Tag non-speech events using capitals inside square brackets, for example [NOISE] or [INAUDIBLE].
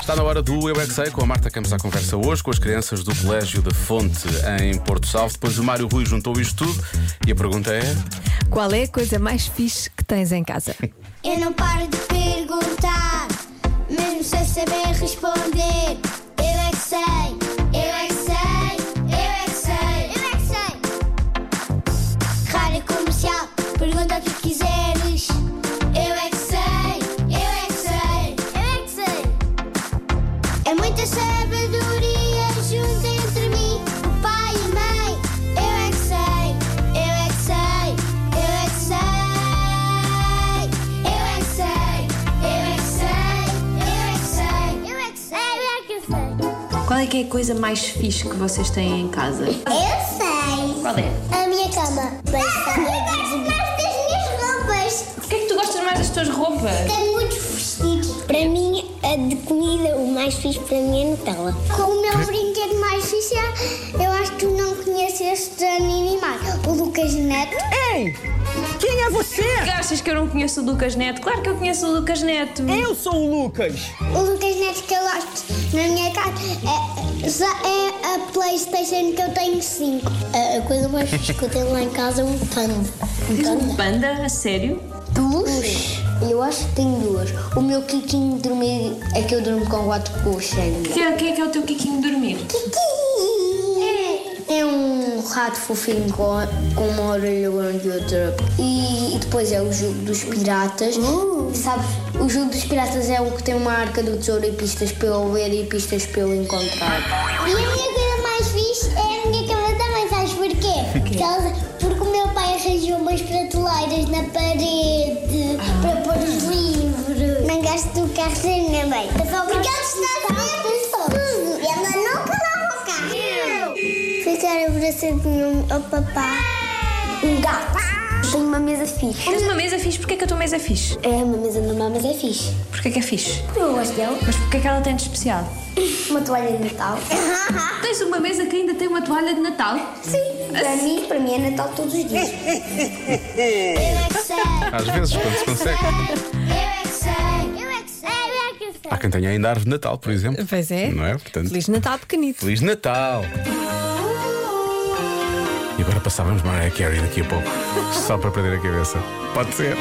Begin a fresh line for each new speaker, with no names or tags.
Está na hora do Eu é que Sei, com a Marta Campos à conversa hoje, com as crianças do Colégio da Fonte em Porto Salvo. Depois o Mário Rui juntou isto tudo e a pergunta é:
Qual é a coisa mais fixe que tens em casa?
Eu não paro de perguntar, mesmo sem saber responder. Eu é que sei, eu é que sei, eu é que sei, eu é que sei. Rádio comercial, pergunta o que quiseres. Eu é que sei, eu é que sei, eu é que sei. É muita sabedoria junto entre mim, o pai e a mãe. Eu é que sei, eu é que sei, eu é que sei. Eu é que sei, eu é que sei, eu é que sei. Eu é que sei, eu é que
Qual é que é a coisa mais fixe que vocês têm em casa?
sei. Eu sei.
Qual é?
A minha cama. é eu gosto mais das minhas roupas.
O que é que tu gostas mais das tuas roupas?
Tenho muitos vestidos. É Para mim, a de comida, o mais fixe para mim é Nutella. Com o meu brinquedo mais fixe, é, eu acho que tu não conheceste a Ninimar, o Lucas Neto.
Ei! Quem é você?
Achas que eu não conheço o Lucas Neto? Claro que eu conheço o Lucas Neto.
Eu sou o Lucas!
O Lucas Neto que eu gosto na minha casa é, já é a Playstation que eu tenho 5. A, coisa mais fixe que eu tenho lá em casa é um panda.
Tens um panda? A sério?
Peluche? Eu acho que tenho duas. O meu quiquinho de dormir é que eu durmo com quatro colchões.
Quem é, quem é que é o teu Quiquinho de dormir?
É um rato fofinho com, com uma orelha grande e outra. E, e depois é o jogo dos piratas. Sabes, o jogo dos piratas é o que tem uma arca do tesouro e pistas pelo ver e pistas pelo encontrar. E a minha coisa mais fixe é a minha cama também, sabes porquê? Porque, ela- porque o meu pai arranjou umas prateleiras na parede para pôr os livros. Não gosto do carro da minha mãe. Porque eles não tudo. E ela não calava o carro. Ficar abraçado ao papá. Um gato. Tenho uma mesa fixe.
Tens uma mesa fixe? Porquê que a tua mesa é fixe?
É uma mesa normal, mas é fixe.
Porquê que é fixe?
Porque eu gosto dela.
Mas porquê é que ela tem de especial?
Uma toalha de [LAUGHS] Natal.
Tens uma mesa que ainda tem uma toalha de Natal?
Sim. Para mim, para mim é Natal todos os dias. Eu é que sei.
Às vezes, quando se consegue.
[LAUGHS] Eu é que sei. Eu é que sei. Eu é que sei.
Há quem tenha ainda árvore de Natal, por exemplo.
Pois é.
Não é? Portanto,
Feliz Natal pequenito.
Feliz Natal! E agora passávamos Mariah Carey daqui a pouco, só para perder a cabeça. Pode ser.